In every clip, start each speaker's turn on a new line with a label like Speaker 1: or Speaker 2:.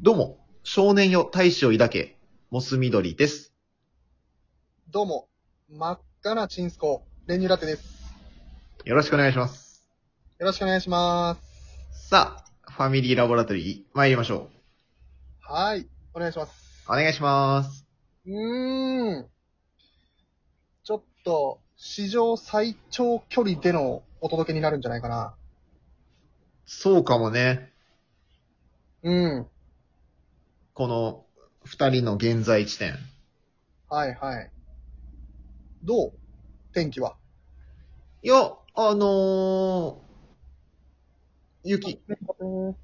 Speaker 1: どうも、少年よ大志を抱け、モス緑です。
Speaker 2: どうも、真っ赤なチンスコ、練乳ラテです。
Speaker 1: よろしくお願いします。
Speaker 2: よろしくお願いします。
Speaker 1: さあ、ファミリーラボラトリー、参りましょ
Speaker 2: はーい、お願いします。
Speaker 1: う。お願いします。
Speaker 2: うーん。ちょっと、史上最長距離でのお届けになるんじゃないかな。
Speaker 1: そうかもね、
Speaker 2: うん。
Speaker 1: この二人の現在地点。
Speaker 2: はいはい。どう天気は。
Speaker 1: いや、あのー、雪、
Speaker 2: うん。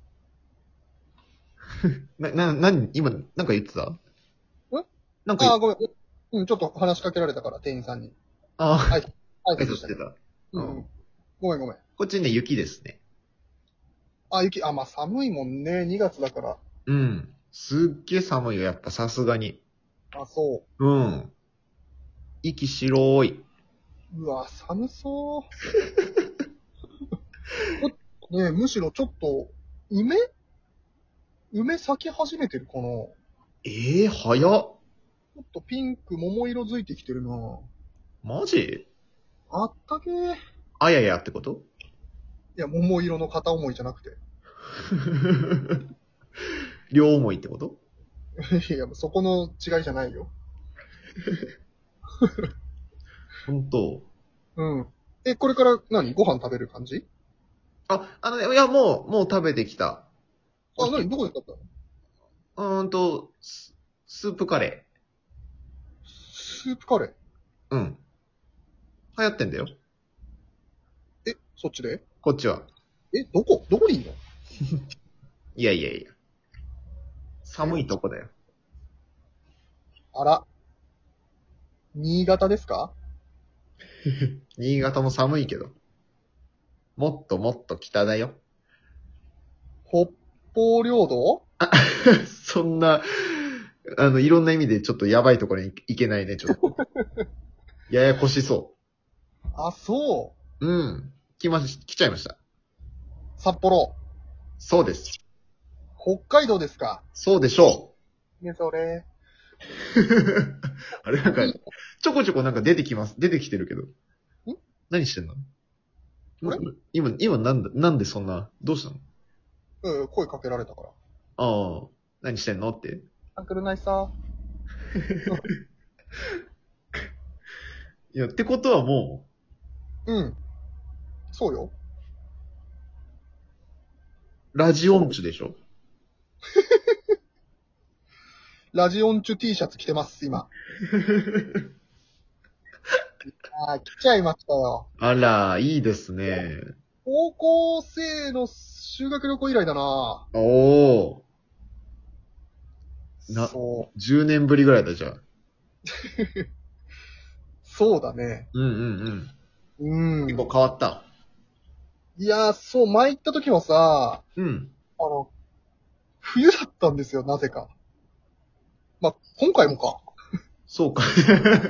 Speaker 1: な、な、なに、今、なんか言ってたんなん
Speaker 2: あ
Speaker 1: か
Speaker 2: あ、、ごめん。うん、ちょっと話しかけられたから、店員さんに。
Speaker 1: あ
Speaker 2: はいは
Speaker 1: あ、挨拶してた。
Speaker 2: う
Speaker 1: うん
Speaker 2: ん。ごめんごめん。
Speaker 1: こっちね、雪ですね。
Speaker 2: あ、雪、あ、まあ寒いもんね。2月だから。
Speaker 1: うん。すっげえ寒いよ、やっぱさすがに。
Speaker 2: あ、そう。
Speaker 1: うん。息白い。
Speaker 2: うわ、寒 そう。ねえむしろちょっと、梅梅咲き始めてるかなちょ
Speaker 1: ええ早っ。
Speaker 2: っとピンク、桃色づいてきてるな
Speaker 1: マジ
Speaker 2: あったけー。い
Speaker 1: あややってこと
Speaker 2: や、桃色の片思いじゃなく
Speaker 1: 両思いってこと
Speaker 2: て。 いや、そこの違いじゃないよ。
Speaker 1: 本当
Speaker 2: うん。え、これから何ご飯食べる感じ
Speaker 1: あ、あのね、いや、もう、もう食べてきた。
Speaker 2: あ、何どこで買ったの
Speaker 1: うーんと、ススープカレ
Speaker 2: スープカレー。
Speaker 1: ー。うん。流行ってんだよ。
Speaker 2: え、そっちで
Speaker 1: こっちは。
Speaker 2: え、どこどこにいんの
Speaker 1: いやいやいや。寒いとこだよ。
Speaker 2: あら。新潟ですか
Speaker 1: 新潟も寒いけど。もっともっと北だよ。
Speaker 2: 北方領土
Speaker 1: そんな、あの、いろんな意味でちょっとやばいところに行けないね、ちょっと。ややこしそ
Speaker 2: あ、そう。
Speaker 1: う。うん。来まし、来ちゃいました。
Speaker 2: 札幌、
Speaker 1: そうです。
Speaker 2: 北海道ですか
Speaker 1: そうでしょ
Speaker 2: ね、それ。
Speaker 1: う。 あれなんか、ちょこちょこなんか出てきます。出てきてるけど。
Speaker 2: ん
Speaker 1: 何してんの
Speaker 2: あれ
Speaker 1: 今、今なんだ、なんでそんな、どうしたの
Speaker 2: うん、声かけられたから。
Speaker 1: ああ、何してんのって。
Speaker 2: アンクルナイさ。
Speaker 1: いや、ってことはも
Speaker 2: うん。そうよ。
Speaker 1: う、ラジオンチュでしょ
Speaker 2: ラジオンチュ T シャツ着てます、 今。あー、来ちゃいましたよ。
Speaker 1: あら、いいですね。
Speaker 2: 高校生の修学旅行以来だな
Speaker 1: おお。な
Speaker 2: そう。
Speaker 1: 10年ぶりぐらいだじゃあ。
Speaker 2: そうだね。
Speaker 1: うんうんうん。
Speaker 2: うん。
Speaker 1: 結構変わった。
Speaker 2: いやー、そう、前行った時はさ、
Speaker 1: うん。
Speaker 2: あの、冬だったんですよ、なぜか。まあ、今回もか。
Speaker 1: そうか。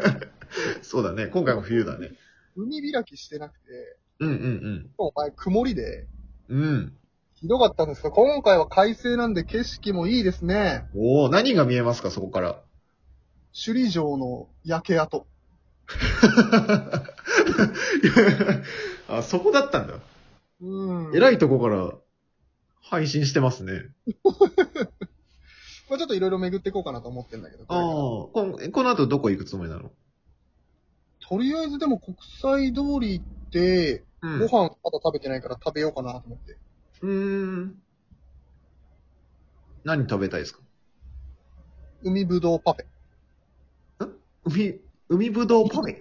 Speaker 1: そうだね。今回も冬だね。
Speaker 2: 海開きしてなくて、
Speaker 1: うんうん
Speaker 2: お前曇りで、
Speaker 1: うん。うん。
Speaker 2: ひどかったんですが、今回は快晴なんで景色もいいですね。
Speaker 1: おお、何が見えますか、そこから。
Speaker 2: 首里城の焼け跡。
Speaker 1: あ、そこだったんだ。
Speaker 2: うん。
Speaker 1: えらいとこから配信してますね。
Speaker 2: まあちょっといろいろ巡っていこうかなと思ってんだけど。これ
Speaker 1: ああ
Speaker 2: から
Speaker 1: こん。この後どこ行くつもりなの
Speaker 2: とりあえずでも国際通り行って、
Speaker 1: う
Speaker 2: ご
Speaker 1: ん。
Speaker 2: 飯まだ食べてないから食べようかなと思って。
Speaker 1: うーん。何食べたいですか
Speaker 2: 海ぶどうパフェ。
Speaker 1: 海、海ぶどうパフェ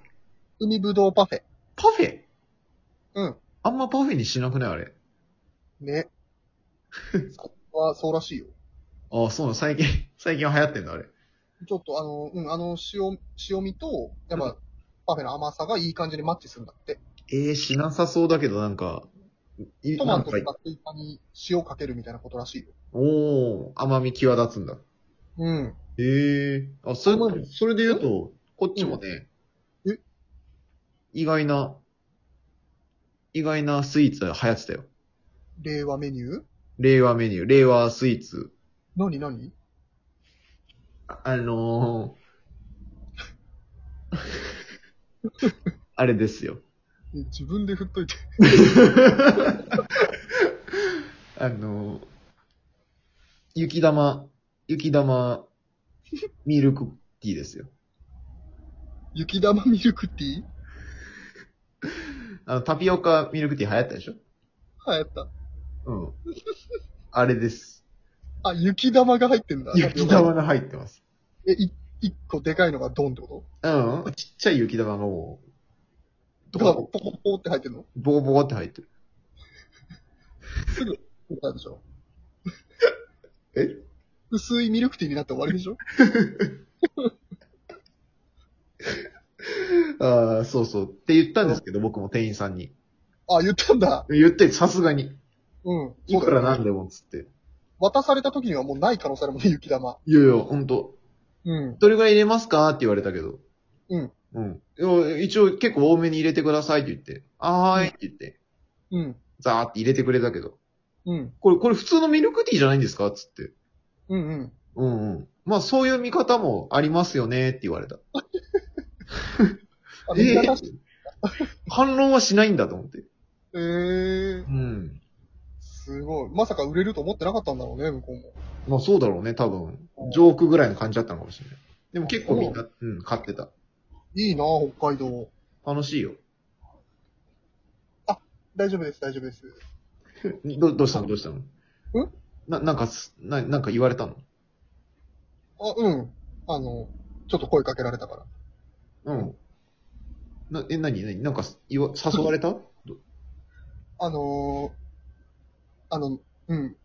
Speaker 2: 海ぶどうパフェ。
Speaker 1: パフェ
Speaker 2: うん。
Speaker 1: あんまパフェにしなくないあれ。
Speaker 2: ね。そこはそうらしいよ。
Speaker 1: ああ、そうなの最近、 最近流行ってんだ、あれ。
Speaker 2: ちょっとあの、うん、あの塩、塩味と、やっぱ、パフェの甘さがいい感じにマッチするんだって。
Speaker 1: ええしなさそうだけど、なんか、い
Speaker 2: トマ
Speaker 1: な
Speaker 2: トと
Speaker 1: んか
Speaker 2: かスイカに塩かけるみたいなことらしいよ。
Speaker 1: おー、甘み際立つんだ。
Speaker 2: うん。
Speaker 1: ええあ、そ
Speaker 2: 甘い
Speaker 1: れ、
Speaker 2: の
Speaker 1: それで言うと、こっちもね、
Speaker 2: うんえ
Speaker 1: 意外な、意外なスイーツが流行ってたよ。
Speaker 2: 令和メニュー
Speaker 1: 令和メニュー、令和スイーツ。
Speaker 2: 何何
Speaker 1: ああの ーあれですよ。
Speaker 2: 自分で振っといて。
Speaker 1: あのー雪玉、雪玉、ミルクティーですよ。
Speaker 2: 雪玉ミルクティー
Speaker 1: あの、タピオカミルクティー流行ったでしょ
Speaker 2: 流行った。
Speaker 1: うん。あれです。
Speaker 2: あ、雪玉が入ってんだ。
Speaker 1: 雪玉が入ってます。
Speaker 2: え、い一個でかいのがドンってこ
Speaker 1: うん。ちっちゃい雪玉がもう、
Speaker 2: と
Speaker 1: と
Speaker 2: とか、
Speaker 1: か
Speaker 2: ポ、コポコって入ってんの
Speaker 1: ボコボコって入ってる。
Speaker 2: そうでしょ
Speaker 1: え
Speaker 2: 薄いミルクティーになって終わりでしょ
Speaker 1: ああ、そうそう。って言ったんですけど、僕も店員さんに。
Speaker 2: あ、言ったんだ。
Speaker 1: 言って、さすがに。
Speaker 2: うん。
Speaker 1: いく
Speaker 2: よ
Speaker 1: らなんでもっつって。
Speaker 2: 渡された時にはもうない可能性あるもんね、雪玉。
Speaker 1: いやいや、ほんと。
Speaker 2: うん。
Speaker 1: どれぐらい入れますかって言われたけど。
Speaker 2: うん。
Speaker 1: うん。でも一応結構多めに入れてくださいって言って。あーいって言って。
Speaker 2: うん。
Speaker 1: ザーって入れてくれたけど。
Speaker 2: うん。
Speaker 1: これ、これ普通のミルクティーじゃないんですかつって。
Speaker 2: うんうん。
Speaker 1: うんうん。まあそういう見方もありますよねって言われた。
Speaker 2: あ、みん
Speaker 1: え
Speaker 2: な
Speaker 1: え
Speaker 2: 出して。
Speaker 1: 反論はしないんだと思って。
Speaker 2: えー、
Speaker 1: うん。
Speaker 2: すごい。まさか売れると思ってなかったんだろうね、向こうも。
Speaker 1: まあそうだろうね、多分。ジョークぐらいの感じだったのかもしれない。でも結構みんな、うん、買ってた。
Speaker 2: いいな北海道。
Speaker 1: 楽しいよ。
Speaker 2: 大丈夫です、大丈夫です。
Speaker 1: にど、どうしたのどうしたのな、なんかす、な、なんか言われたの
Speaker 2: あ、うん。あの、ちょっと声かけられたから。
Speaker 1: うん。な、え、なになになんかす、言わ、誘われたど
Speaker 2: あのー、あの、うん。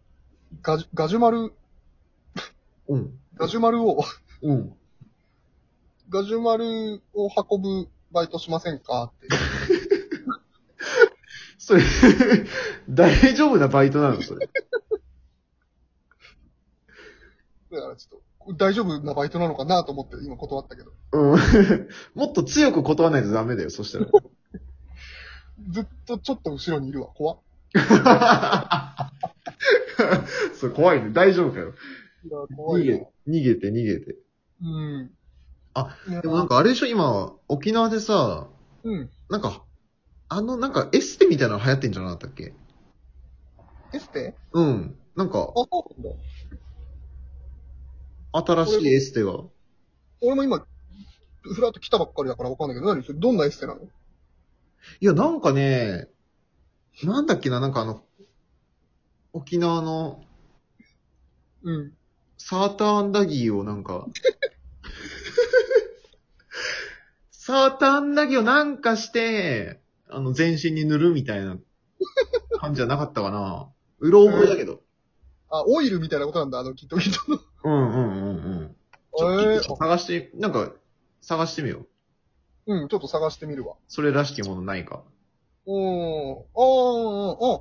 Speaker 2: ガジュ、ガジュマル、
Speaker 1: うん。
Speaker 2: ガジュマルを、
Speaker 1: うん。
Speaker 2: ガジュマルを運ぶバイトしませんかって。
Speaker 1: それ、 大丈夫なバイトなのそれ。
Speaker 2: だからちょっと、大丈夫なバイトなのかなと思って今断ったけど。
Speaker 1: うん。 もっと強く断らないとダメだよ、そしたら。
Speaker 2: ずっとちょっと後ろにいるわ、怖っ。
Speaker 1: それ怖いね。大丈夫かよ。
Speaker 2: いや、怖
Speaker 1: 逃
Speaker 2: い
Speaker 1: げ
Speaker 2: よ。、
Speaker 1: 逃げて逃げて。
Speaker 2: うん。
Speaker 1: あ、
Speaker 2: で
Speaker 1: でもなん、かあれでしょ今、沖縄でさ、
Speaker 2: うん。
Speaker 1: なんか、あの、なんかエステみたいなの流行ってんじゃなかったっけ
Speaker 2: エステ
Speaker 1: うん。なんか
Speaker 2: あ、、そうなんだ。
Speaker 1: 新しいエステが。
Speaker 2: 俺も今、ふらっと来たばっかりだからわかんないけど、何それどんなエステなの
Speaker 1: いや、なんかね、なんだっけな、なんかあの、沖縄の
Speaker 2: うん。
Speaker 1: サーターアンダギーをなんか、サーターアンダギーをなんかして、あの、全身に塗るみたいな感じじゃなかったかな。うろ覚えだけど。
Speaker 2: あ、オイルみたいなことなんだ、あの、きっときっと。
Speaker 1: うんうんうんうん。ち
Speaker 2: ええ
Speaker 1: ょっと探して、なんか、探してみよう。
Speaker 2: うん、ちょっと探してみるわ。
Speaker 1: それらしきものないか。
Speaker 2: うん。ああ、あ、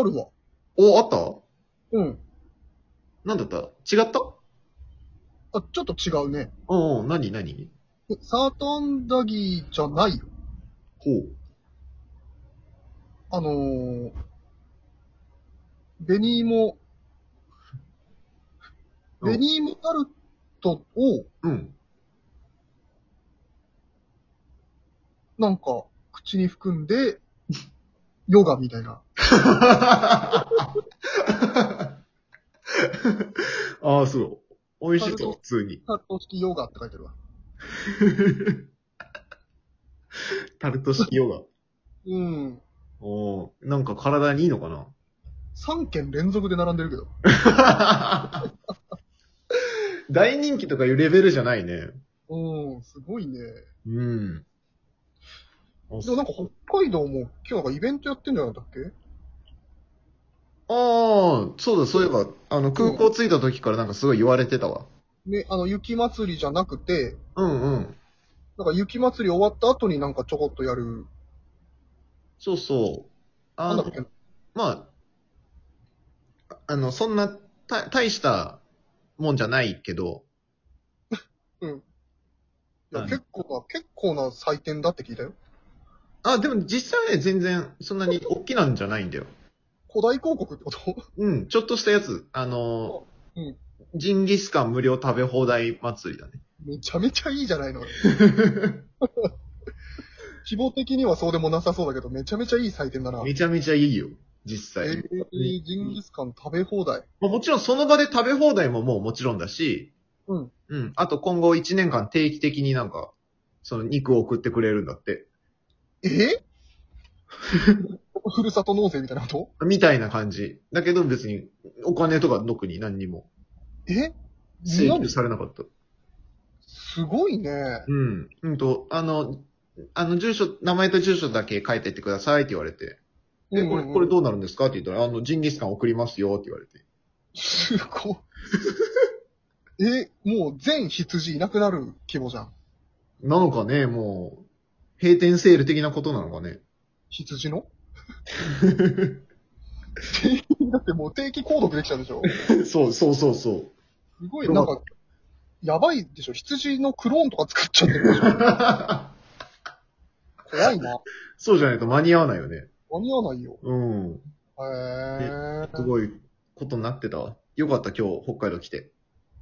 Speaker 2: あるわ。
Speaker 1: お、あった
Speaker 2: うん。
Speaker 1: なんだった違った
Speaker 2: あ、ちょっと違うね。
Speaker 1: うんうん、なになに
Speaker 2: えサーターアンダギーじゃないよ。
Speaker 1: ほう。
Speaker 2: あのー、ベニーモ、
Speaker 1: うん
Speaker 2: ベニーモタルトを、
Speaker 1: うん。
Speaker 2: なんか、口に含んで、ヨガみたいな。
Speaker 1: ああ、そう。美味しそう、普通に。
Speaker 2: タルト式ヨガって書いてるわ。
Speaker 1: タルト式ヨガ。
Speaker 2: うん。
Speaker 1: おーなんか体にいいのかな
Speaker 2: 3件連続で並んでるけど。
Speaker 1: 大人気とかいうレベルじゃないね。
Speaker 2: うん、すごいね。
Speaker 1: うん。あ
Speaker 2: でもなんか北海道も今日なんかイベントやってんじゃなかったっけ
Speaker 1: あー、そうだ、そういえば、あの、空港着いた時からなんかすごい言われてたわ。
Speaker 2: ね、あの、雪祭りじゃなくて、
Speaker 1: うんうん。
Speaker 2: なんか雪祭り終わった後になんかちょこっとやる、
Speaker 1: そうそう。
Speaker 2: な
Speaker 1: あ
Speaker 2: んだ
Speaker 1: の
Speaker 2: っ、け
Speaker 1: まあ、あの、そんな、た、大したもんじゃないけど、
Speaker 2: いや、結構な、結構な祭典だって聞いたよ。
Speaker 1: あ、でも実際はね、全然、そんなに大きなんじゃないんだよ。
Speaker 2: 古代広告ってこと
Speaker 1: うん、ちょっとしたやつ。あの、
Speaker 2: うん
Speaker 1: ジンギスカン無料食べ放題祭りだね。
Speaker 2: めちゃめちゃいいじ ゃないの。希望的にはそうでもなさそうだけど、めちゃめちゃいい祭典だな。
Speaker 1: めちゃめちゃいいよ、実
Speaker 2: え
Speaker 1: 際。
Speaker 2: ー、ジンギスカン食べ放題。
Speaker 1: まあもちろんその場で食べ放題ももうもちろんだし、
Speaker 2: うん。
Speaker 1: うん。あと今後1年間定期的になんか、その肉を送ってくれるんだって。
Speaker 2: え ふるさと納税みたいなこと
Speaker 1: みたいな感じ。だけど別にお金とか特に何にも
Speaker 2: え
Speaker 1: 請
Speaker 2: なん
Speaker 1: 求されなかった。
Speaker 2: すごいね。
Speaker 1: うん。うんと、あの、あの住所、名前と住所だけ書いてってくださいって言われて。で、これ、これどうなるんですかって言ったら、あの、ジンギスカン送りますよって言われて。
Speaker 2: すごい。え、もう全羊いなくなる規模じゃん。
Speaker 1: なのかね、もう、閉店セール的なことなのか ね。
Speaker 2: 羊の 定期だってもう定期購読できちゃうでしょ。
Speaker 1: そう、そうそうそう。
Speaker 2: すごい、なんか、やばいでしょ。羊のクローンとか作っちゃってるでしょ。怖いな。
Speaker 1: そうじゃないと間に合わないよね。
Speaker 2: 間に合わないよ。
Speaker 1: うん。
Speaker 2: へえ
Speaker 1: すごいことになってたわ。よかった、今日、北海道来て。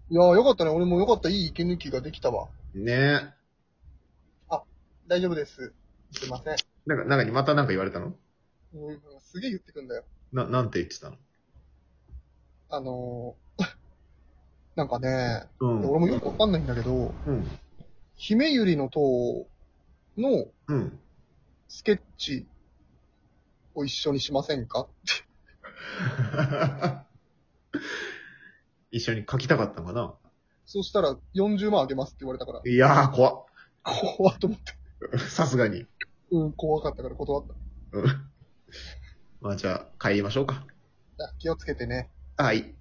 Speaker 2: いやーよかったね。俺もよかった。いい息抜きができたわ。
Speaker 1: ねえ。
Speaker 2: 大丈夫です。すいません。
Speaker 1: なんか、なんかにまたなんか言われたの
Speaker 2: うんすげえ言ってくんだよ。
Speaker 1: な、なんて言ってたの
Speaker 2: あのー、 なんかね、
Speaker 1: うん。
Speaker 2: 俺もよくわかんないんだけど、
Speaker 1: うん。
Speaker 2: 姫ゆりの塔の
Speaker 1: うん。
Speaker 2: スケッチを一緒にしませんか
Speaker 1: 一緒に書きたかったのかな
Speaker 2: そうしたら40万あげますって言われたから、
Speaker 1: いやー、怖っ。
Speaker 2: 怖っと思って、
Speaker 1: さすがに。
Speaker 2: うん、怖かったから断った。
Speaker 1: うん。まあじゃあ、帰りましょうか。
Speaker 2: じゃあ気をつけてね。
Speaker 1: はい。